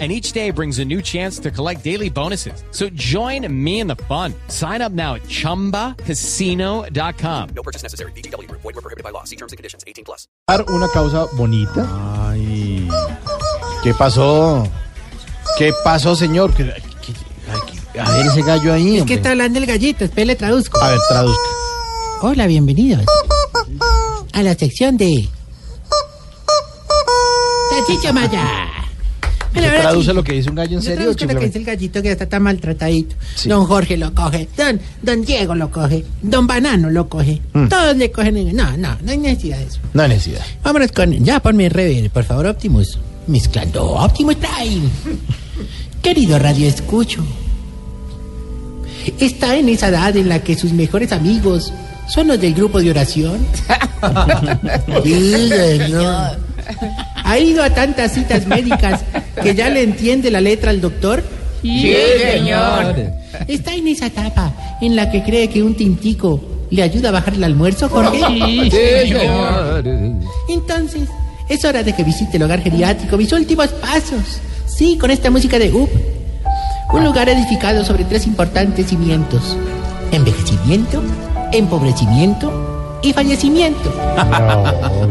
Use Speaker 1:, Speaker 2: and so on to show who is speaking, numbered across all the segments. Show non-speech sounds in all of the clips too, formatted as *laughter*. Speaker 1: and each day brings a new chance to collect daily bonuses. So join me in the fun. Sign up now at ChumbaCasino.com.
Speaker 2: No purchase necessary. BGW. Void were prohibited by law. See terms and conditions. 18 plus.
Speaker 3: dar una causa bonita.
Speaker 4: Ay,
Speaker 3: ¿Qué pasó? ¿Qué pasó, señor? ¿Qué- qué- ay, qué- A ver ese gallo ahí.
Speaker 5: Es que
Speaker 3: hombre. Ah.
Speaker 5: está hablando el gallito, espere, le traduzco.
Speaker 3: A ver, traduzca.
Speaker 5: Hola, bienvenidos a la sección de... Salchicha Maya. Bueno,
Speaker 3: ¿Se
Speaker 5: ahora
Speaker 3: traduce
Speaker 5: sí,
Speaker 3: lo que dice un gallo en
Speaker 5: yo
Speaker 3: serio?
Speaker 5: traduzco lo que dice
Speaker 3: simplemente?
Speaker 5: el gallito que está tan maltratadito.
Speaker 3: Sí.
Speaker 5: Don Jorge lo coge, don, don Diego lo coge, don Banano lo coge.
Speaker 3: Mm.
Speaker 5: Todos le cogen... el- No, no, no hay necesidad de eso.
Speaker 3: No hay necesidad.
Speaker 5: Vámonos con... Ya, ponme rever, por favor, Optimus. Mezclando Optimus Prime. Querido Radio Escucho, está en esa edad en la que sus mejores amigos son los del grupo de oración. Diga, no. Ha ido a tantas citas médicas que ya le entiende la letra al doctor. Está en esa etapa en la que cree que un tintico le ayuda a bajar el almuerzo, Jorge. Entonces, es hora de que visite el hogar geriátrico, mis últimos pasos. Sí, con esta música de UP. Un lugar edificado sobre tres importantes cimientos. Envejecimiento, empobrecimiento y fallecimiento.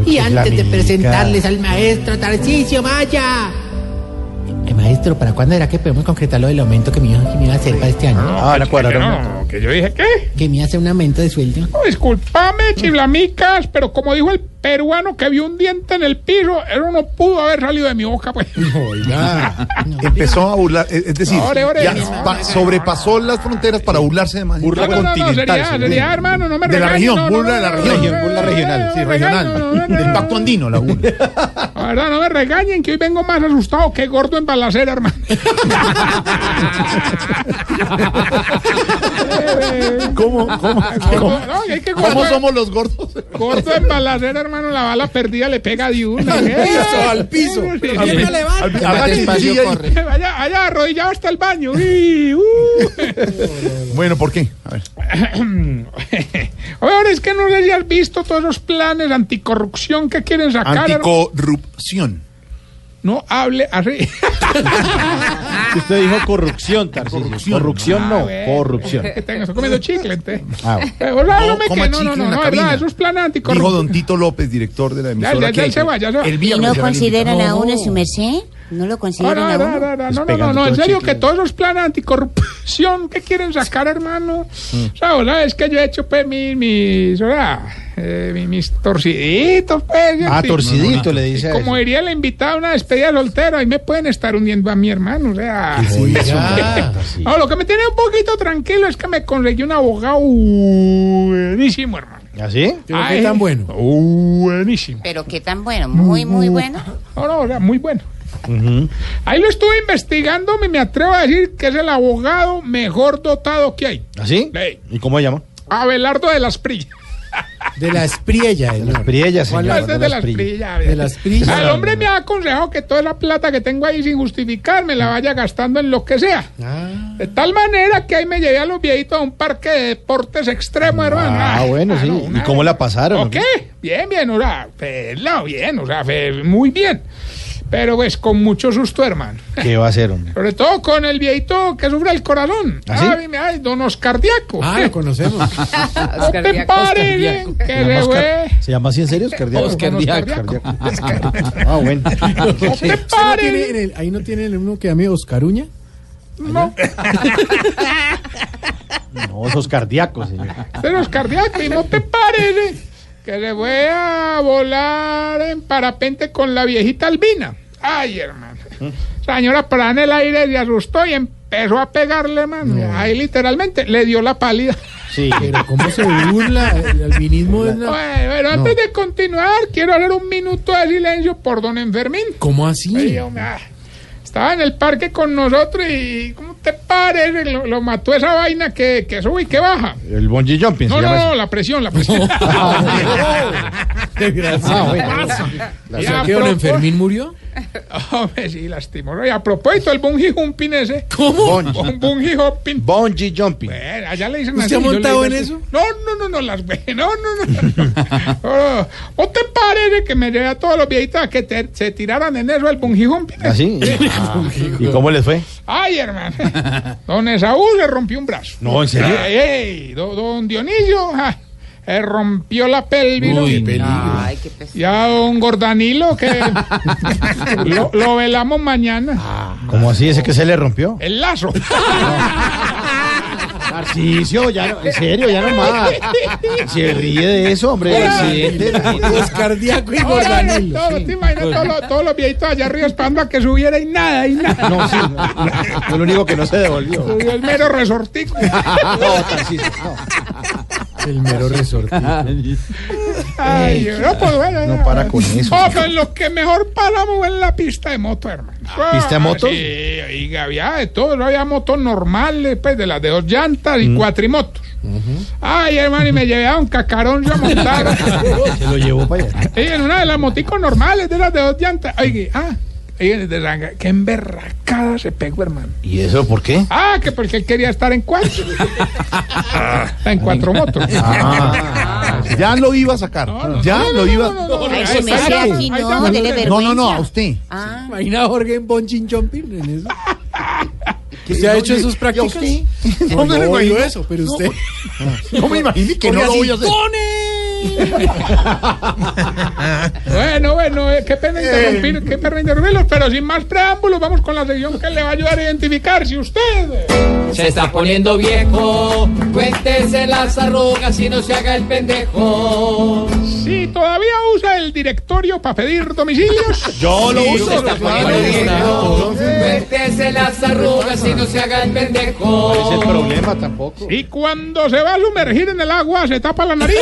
Speaker 5: Y antes de presentarles al maestro Tarcisio Maya. Eh, maestro, ¿para cuándo era que podemos concretar lo del aumento que me iba, que me iba a hacer para este año?
Speaker 3: Ah, acordaron.
Speaker 6: No, que yo dije, ¿qué?
Speaker 5: Que me hace un aumento de sueldo.
Speaker 6: No, disculpame, chiblamicas, pero como dijo el peruano que vio un diente en el piso, eso no pudo haber salido de mi
Speaker 7: *laughs*
Speaker 6: boca, pues.
Speaker 3: Oiga.
Speaker 7: Empezó a burlar, eh, es es decir,
Speaker 6: Ore, ore,
Speaker 7: ya
Speaker 6: no,
Speaker 7: pa- sobrepasó las fronteras para burlarse de más.
Speaker 6: No, no, no, sería, sería, hermano, no me
Speaker 7: de la
Speaker 6: regañes,
Speaker 7: región,
Speaker 6: no, no,
Speaker 7: burla
Speaker 6: no,
Speaker 7: de la
Speaker 6: no,
Speaker 7: región,
Speaker 6: no,
Speaker 7: burla
Speaker 6: no,
Speaker 7: regional,
Speaker 6: no,
Speaker 7: sí,
Speaker 6: no, no, no, no,
Speaker 7: regional,
Speaker 6: no,
Speaker 7: del
Speaker 6: no.
Speaker 7: pacto andino la burla.
Speaker 6: La verdad, no me regañen, que hoy vengo más asustado que gordo en
Speaker 7: *laughs*
Speaker 6: balacera, hermano.
Speaker 7: ¿Cómo, cómo, cómo,
Speaker 6: No, es que
Speaker 3: Pues
Speaker 7: cómo
Speaker 6: gordo,
Speaker 7: somos los gordos?
Speaker 6: gordo en balacera, hermano, la bala perdida le pega
Speaker 7: *laughs*
Speaker 6: de una. ¿eh?
Speaker 7: piso, al piso.
Speaker 6: Sí.
Speaker 7: Al- agache y sigue ahí.
Speaker 6: Allá, allá arrodillado hasta el baño. Uy, uh.
Speaker 7: Bueno, ¿por qué? A ver.
Speaker 6: *laughs* Ahora es que no sé si has visto todos los planes anticorrupción que quieren sacar. hermano.
Speaker 7: Anticorrupción.
Speaker 6: No hable así. *laughs*
Speaker 3: Usted dijo corrupción, Tarcísio.
Speaker 7: Corrupción.
Speaker 3: Corrupción
Speaker 6: Ah,
Speaker 3: no, corrupción.
Speaker 6: que tengo, estoy comiendo chicle. ente.
Speaker 3: Ah, bueno.
Speaker 6: Eh, hola,
Speaker 7: No,
Speaker 6: no me
Speaker 7: coma
Speaker 6: que- no, no,
Speaker 7: chicle
Speaker 6: no,
Speaker 7: en la
Speaker 6: no,
Speaker 7: cabina.
Speaker 6: verdad, esos planes
Speaker 7: Dijo don
Speaker 6: anticorrupción.
Speaker 7: Tito López, director de la
Speaker 6: Ya,
Speaker 7: emisora.
Speaker 6: ya, ya
Speaker 7: que
Speaker 6: se va, ya se va.
Speaker 7: El
Speaker 8: ¿Y
Speaker 7: viernes
Speaker 8: no
Speaker 7: se va a
Speaker 8: consideran
Speaker 7: invitar.
Speaker 8: a uno su merced?
Speaker 6: Ah,
Speaker 8: ¿No lo
Speaker 6: No,
Speaker 7: Ah,
Speaker 8: consideran
Speaker 6: no,
Speaker 8: a
Speaker 6: no,
Speaker 8: uno?
Speaker 6: no, no, no, no,
Speaker 3: pegando
Speaker 6: no, en
Speaker 3: todo
Speaker 6: serio
Speaker 3: chicle.
Speaker 6: que todos los planes anticorrupción que quieren sacar, hermano. O sea, hola, es que yo he hecho pues mis, mis, hola, eh, mis, mis torciditos, pues.
Speaker 3: Ah,
Speaker 6: ¿sí?
Speaker 3: torcidito le dice. a eso.
Speaker 6: Como diría la invitada a una despedida soltera, ahí me pueden estar hundiendo a mi hermano, o sea.
Speaker 3: Oiga, Tarcisio.
Speaker 6: No, lo que me tiene un poquito tranquilo es que me conseguí un abogado buenísimo, hermano.
Speaker 3: ¿Así?
Speaker 6: Ay, Buenísimo.
Speaker 8: Pero qué tan bueno,
Speaker 7: Mm,
Speaker 8: muy, muy bueno.
Speaker 7: ah,
Speaker 6: No, no, o sea, muy bueno. Ahí lo estuve investigando y me atrevo a decir que es el abogado mejor dotado que hay.
Speaker 3: ¿Así?
Speaker 6: Ey.
Speaker 3: ¿Y cómo se llama?
Speaker 6: Abelardo de las Prillas.
Speaker 5: De la espriella,
Speaker 3: De las Priellas, señor.
Speaker 6: Ese es de
Speaker 3: Priellas.
Speaker 6: las Prillas.
Speaker 5: De las Prillas.
Speaker 6: El hombre me ha aconsejado que toda la plata que tengo ahí sin justificar me la vaya gastando en lo que sea.
Speaker 3: Ah.
Speaker 6: De tal manera que ahí me llevé a los viejitos a un parque de deportes extremo, hermano.
Speaker 3: Ah,
Speaker 6: Ay,
Speaker 3: bueno, sí.
Speaker 6: no,
Speaker 3: ¿Y
Speaker 6: una-
Speaker 3: cómo la pasaron?
Speaker 6: Ok, bien, bien, o sea, pues, no, bien, o sea, pues, muy bien. Pero pues con mucho susto, hermano.
Speaker 3: ¿Qué va a hacer, hombre?
Speaker 6: Sobre todo con el viejito que sufre el corazón.
Speaker 3: ¿Ah, sí? Ah,
Speaker 6: Ay, mira, ay, don Oscar Diaco.
Speaker 5: conocemos.
Speaker 6: *laughs* no te pares, eh, que
Speaker 3: llama
Speaker 6: se
Speaker 3: Oscar-
Speaker 6: fue.
Speaker 3: ¿Se llama así en serio? Oscar Diaco.
Speaker 6: Oscar Diaco.
Speaker 3: Oscar Diaco. Ah, bueno.
Speaker 6: No te pares.
Speaker 5: ahí no tiene el uno que a mí, Oscaruña.
Speaker 6: No,
Speaker 3: No, es Oscar Diaco, señor.
Speaker 6: de los cardíacos y no te pares, eh, que le voy a volar en parapente con la viejita albina. Ay, hermano. La Señora paró en el aire, se asustó y empezó a pegarle, hermano. Ahí literalmente le dio la pálida.
Speaker 3: Sí.
Speaker 5: Pero cómo se burla, el albinismo es una...
Speaker 6: Bueno, pero antes de continuar, quiero hacer un minuto de silencio por don Enfermín.
Speaker 5: ¿Cómo
Speaker 6: Ay,
Speaker 5: así?
Speaker 6: hombre, ah, Estaba en el parque con nosotros y como te pares, lo, lo mató esa vaina que, que sube y que baja.
Speaker 3: El bungee jumping
Speaker 6: No,
Speaker 3: se
Speaker 6: no,
Speaker 3: llama
Speaker 6: *laughs* no,
Speaker 3: así.
Speaker 6: la presión, la presión.
Speaker 3: Ah, bueno.
Speaker 6: Y a
Speaker 4: ¿Qué don
Speaker 6: propós-
Speaker 4: Enfermín murió?
Speaker 6: *laughs* Hombre, sí, lastimoso. Y a propósito, el bungee jumping ese.
Speaker 4: ¿Cómo?
Speaker 6: Un bungee hopping.
Speaker 3: Bungee jumping.
Speaker 6: Bueno, allá le dicen
Speaker 4: ¿Usted
Speaker 6: así,
Speaker 4: ha
Speaker 6: yo le
Speaker 4: montado
Speaker 6: digo
Speaker 4: en
Speaker 6: así.
Speaker 4: eso?
Speaker 6: No, no, no, no, las ve- *laughs* no, no, no. no, no. ¿O te parece que me llevé a todos los viejitos a que te- se tiraran en eso el bungee jumping?
Speaker 3: ¿Así? Ah, ¿Y cómo les fue?
Speaker 6: Ay, hermano. *laughs* Don Esaú le rompió un brazo.
Speaker 3: No, ¿en serio?
Speaker 6: Ay, ey, do- don Dionisio ah, se rompió la pelvis. ¿no?
Speaker 4: Uy, peligro.
Speaker 8: Ay, qué pesado.
Speaker 6: Y a don Gordanilo que lo, lo velamos mañana.
Speaker 3: ¿Cómo así? ¿Ese que se le rompió?
Speaker 6: El lazo.
Speaker 3: Tarcicio, ya no- en serio, ya no
Speaker 6: *laughs*
Speaker 3: más. Se ríe de eso, hombre. el accidente.
Speaker 4: Es cardíaco y
Speaker 6: Ahora,
Speaker 4: gordanilo.
Speaker 6: todo, ¿Te imaginas todos los, todos los viejitos allá arriba esperando a que subiera y nada, y nada?
Speaker 3: No, sí. no. Fue lo único que no se devolvió.
Speaker 6: Subió el mero resortico.
Speaker 3: No, Tarcicio, no.
Speaker 4: El mero resorte.
Speaker 6: Ay, no, pues bueno.
Speaker 7: No para con eso.
Speaker 6: Oh, pues lo que mejor paramos es la pista de moto, hermano. Ah,
Speaker 3: ¿pista de moto?
Speaker 6: Sí, y había de todo, no había motos normales, pues de las de dos llantas y cuatrimotos. Ay, hermano, y me llevé a un cacarón yo a montar.
Speaker 3: Se lo llevó para allá.
Speaker 6: Y en una de las moticos normales de las de dos llantas. Oye, ah, y en el de Ranga, qué emberracada se pegó, hermano.
Speaker 3: ¿Y eso por qué?
Speaker 6: Ah, que porque él quería estar en cuatro. Está en cuatro motos.
Speaker 7: Ah, ya lo iba a sacar. ya lo iba. No, no,
Speaker 8: Ay, se me hace
Speaker 6: Ahí
Speaker 8: aquí,
Speaker 6: está,
Speaker 8: no,
Speaker 6: ahí está.
Speaker 8: dele vergüenza.
Speaker 7: no, a usted.
Speaker 8: Ah,
Speaker 4: Imagina a Jorge en Bonchin Chomping en *laughs* eso. ¿Usted ha hecho esos prácticas?
Speaker 7: usted?
Speaker 4: No,
Speaker 7: ¿Dónde
Speaker 4: no,
Speaker 7: lo
Speaker 4: no
Speaker 7: imagino?
Speaker 4: eso, pero usted.
Speaker 7: No me imaginé que no lo voy a hacer.
Speaker 6: Bueno, bueno, eh, qué pena interrumpir, qué pena interrumpirlos, pero sin más preámbulos, vamos con la sección que le va a ayudar a identificar si usted. eh,
Speaker 9: Se está poniendo viejo, cuéntese las arrugas y no se haga el pendejo.
Speaker 6: Si todavía usa el directorio para pedir domicilios.
Speaker 7: Yo lo uso.
Speaker 9: Cuéntese las arrugas y no se haga el pendejo.
Speaker 3: El problema tampoco.
Speaker 6: Y cuando se va a sumergir en el agua, se tapa la nariz.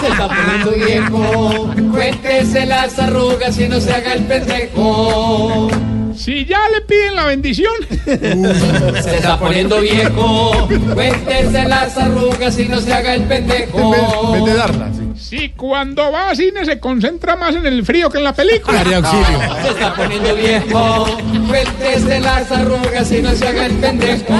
Speaker 9: Se está poniendo viejo, cuéntese las arrugas y no se haga el pendejo.
Speaker 6: Si ya le piden la bendición.
Speaker 9: Se está poniendo viejo, cuéntese las arrugas y no se haga el
Speaker 7: En vez, en vez de
Speaker 9: pendejo.
Speaker 7: darla, sí.
Speaker 6: Si cuando va a cine se concentra más en el frío que en la película.
Speaker 4: Área auxilio.
Speaker 9: Se está poniendo viejo, cuéntese las arrugas y no se haga el pendejo.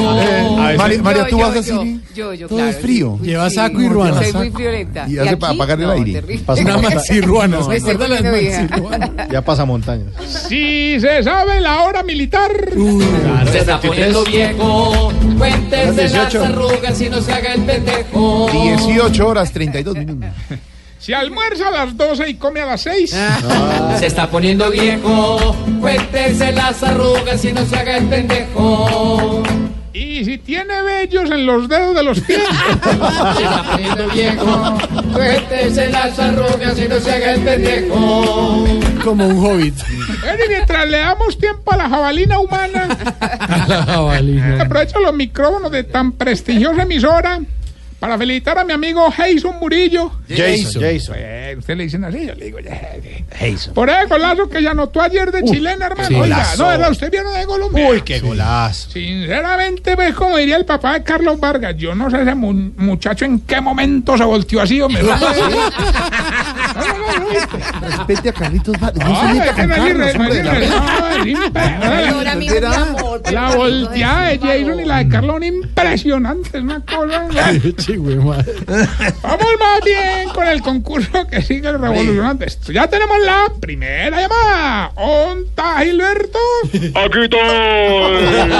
Speaker 7: Mari- María, tú vas a
Speaker 10: yo,
Speaker 7: decir.
Speaker 10: yo, yo,
Speaker 7: Todo
Speaker 10: claro.
Speaker 7: es frío.
Speaker 10: Sí,
Speaker 4: Lleva
Speaker 10: sí,
Speaker 4: saco y ruana,
Speaker 10: Soy muy
Speaker 4: saco.
Speaker 10: violenta.
Speaker 7: Y hace para apagar el
Speaker 10: no,
Speaker 7: aire.
Speaker 10: terrible.
Speaker 7: Pasa-
Speaker 4: Una macirruana.
Speaker 10: No, no,
Speaker 4: ¿Recuerda las
Speaker 10: no, vieja.
Speaker 4: macirruanas?
Speaker 3: Ya pasa montañas.
Speaker 6: Si se sabe la hora militar.
Speaker 4: Eh,
Speaker 9: Se está poniendo viejo, cuéntese las
Speaker 3: 18.
Speaker 9: arrugas y no se haga el pendejo.
Speaker 7: 18 horas 32 minutos.
Speaker 6: Si almuerza a las 12 y come a las 6.
Speaker 9: Se está poniendo viejo, cuéntese las arrugas y no se haga el pendejo.
Speaker 6: Y si tiene vellos en los dedos de los pies.
Speaker 9: Se está poniendo viejo, cuéntese las arrugas y no se haga el pendejo.
Speaker 4: Como un hobbit.
Speaker 6: Bueno, y mientras le damos tiempo a la jabalina humana,
Speaker 4: *laughs* A la jabalina.
Speaker 6: aprovecho los micrófonos de tan prestigiosa emisora para felicitar a mi amigo Jason Murillo.
Speaker 3: Jason, Pues, Jason.
Speaker 6: Eh, usted le dicen así, yo le digo, ya, ya. Por ese golazo que ya anotó ayer de chilena, hermano.
Speaker 4: sí.
Speaker 6: Oiga,
Speaker 4: Golazo.
Speaker 6: no, era usted vieron de Colombia.
Speaker 3: Uy, qué golazo.
Speaker 6: Sinceramente, pues, como diría el papá de Carlos Vargas, yo no sé ese mu- muchacho en qué momento se volteó
Speaker 7: *laughs*
Speaker 6: así, hombre. No, no, no, no, viste.
Speaker 7: Vete a Carlitos Vargas. No se
Speaker 6: Ay,
Speaker 7: meta
Speaker 6: que
Speaker 7: con
Speaker 6: no es
Speaker 7: Carlos,
Speaker 6: irre- no
Speaker 7: hombre.
Speaker 6: es irre-
Speaker 7: la-
Speaker 6: no, es impresionante.
Speaker 10: Ahora mismo, mi amor, pero
Speaker 6: La
Speaker 10: tanto
Speaker 6: volteada de
Speaker 10: eso, por
Speaker 6: Jason y la de Carlón impresionante, es una cosa.
Speaker 4: Sí, güey, madre.
Speaker 6: Vamos más bien con el concurso que sigue el revolucionante. Esto, Ya tenemos la primera llamada. ¿Onta Gilberto?
Speaker 11: Aquí estoy.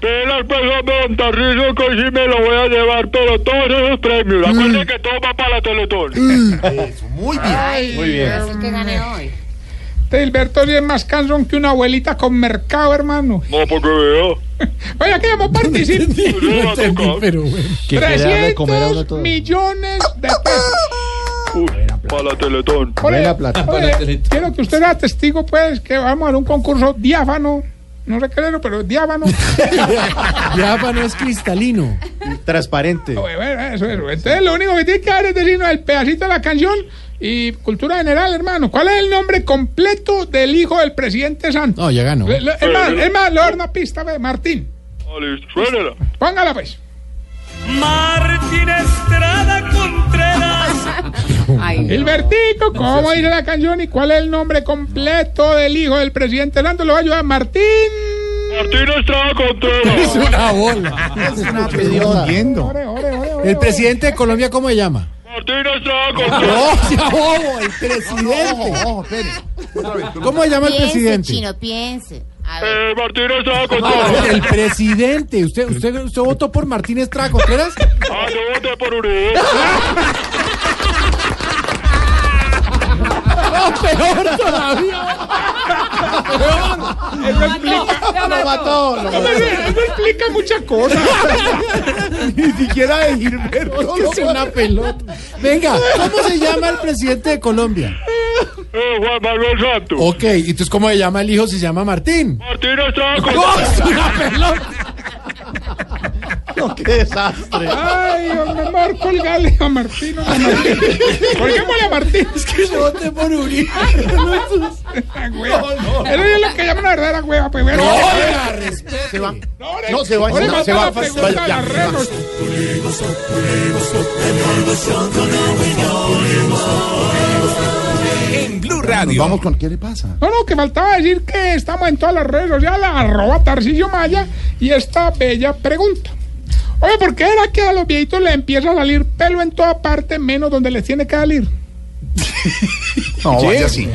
Speaker 11: Todas las personas me dan tarrizo que sí me lo voy a llevar, pero todos esos premios. Acuérdense que todo va para la Teletón.
Speaker 7: Muy bien.
Speaker 3: Muy bien.
Speaker 8: es el que gane hoy.
Speaker 6: Este Gilberto sí es más cansón que una abuelita con mercado, hermano.
Speaker 11: No, porque veo.
Speaker 6: Oye, aquí
Speaker 3: *laughs*
Speaker 6: vamos a participar.
Speaker 4: No entendí, pero bueno.
Speaker 3: Que quiere darle de comer a uno
Speaker 6: 300
Speaker 3: todo.
Speaker 6: millones de
Speaker 3: *laughs*
Speaker 6: pesos.
Speaker 11: Uy, para la Teletón.
Speaker 6: Oye,
Speaker 3: Buena plata.
Speaker 6: oye,
Speaker 4: Buena telita.
Speaker 6: quiero que usted sea testigo, pues, que vamos a hacer un concurso diáfano. No sé
Speaker 3: *laughs*
Speaker 6: qué leerlo, pero diáfano.
Speaker 4: Diáfano es cristalino.
Speaker 3: Transparente. Ah,
Speaker 6: Oye, bueno, eh, Eso, eso. Entonces, lo único que tiene que dar es decirnos el pedacito de la canción y cultura general, hermano. ¿Cuál es el nombre completo del hijo del presidente Santos?
Speaker 3: No, ya ganó.
Speaker 6: Le- le- Es más, es más, le voy a dar una pista, ve, Martín.
Speaker 11: Ah, listo. Suénela.
Speaker 6: Póngala, pues.
Speaker 10: Martín Estrada Contreras.
Speaker 6: Gilbertico, ¿cómo dice la canción y cuál es el nombre completo del hijo del presidente Santos? Lo va a ayudar Martín.
Speaker 11: Martín
Speaker 4: *laughs*
Speaker 11: Estrada Contreras.
Speaker 4: una bola.
Speaker 7: Yendo.
Speaker 6: Ore, ore, ore, ore,
Speaker 3: Eh,
Speaker 6: ore.
Speaker 4: El presidente de Colombia, ¿cómo se llama?
Speaker 11: Martín Estrada Contreras.
Speaker 4: ¡Oh, ya bobo! ¡El presidente!
Speaker 7: Ojo, espere. Otra vez.
Speaker 4: ¿Cómo se llama el
Speaker 8: Piense,
Speaker 4: presidente?
Speaker 8: chino, piense. A ver.
Speaker 11: Eh, Martín Estrada
Speaker 4: A ver,
Speaker 11: Contreras.
Speaker 4: El presidente. ¿Usted, usted, usted votó por Martín Estrada Contreras?
Speaker 11: Ah, yo voté por Uribe.
Speaker 4: Peor todavía.
Speaker 6: Eso explica,
Speaker 3: Lo mató. lo mató.
Speaker 6: eso explica muchas cosas.
Speaker 7: Ni siquiera de Gilberto.
Speaker 4: Es una pelota. Venga, ¿cómo se llama el presidente de Colombia?
Speaker 11: Eh, Juan Manuel Santos.
Speaker 4: Ok, ¿y entonces cómo se llama el hijo? Se
Speaker 7: *laughs*
Speaker 4: llama Martín.
Speaker 11: Martín Estrada
Speaker 4: ¡Oh,
Speaker 11: Contreras.
Speaker 4: es *laughs* una pelota!
Speaker 7: No, qué desastre.
Speaker 6: Ay, hombre, mejor colgale a Martín. hombre, Martín. Colguémosle a Martín. Es que
Speaker 4: Yo voté por Uribe.
Speaker 6: Eso es lo que llama una verdadera hueva, pues. Bueno,
Speaker 7: *laughs*
Speaker 4: Oiga, respete.
Speaker 7: Se va.
Speaker 6: ore,
Speaker 7: No, se va,
Speaker 6: ore,
Speaker 7: no,
Speaker 6: más
Speaker 7: se va,
Speaker 6: para la
Speaker 7: fa-
Speaker 6: pregunta
Speaker 7: va-
Speaker 6: de
Speaker 7: ya,
Speaker 6: las renos.
Speaker 10: En Blue
Speaker 7: Nos
Speaker 10: Radio.
Speaker 7: vamos con. ¿Qué le pasa?
Speaker 6: No, no, que faltaba decir que estamos en todas las redes sociales, arroba Tarcillo Maya, y esta bella pregunta. Oye, ¿por qué era que a los viejitos les empieza a salir pelo en toda parte, menos donde les tiene que salir?
Speaker 7: No, vaya así.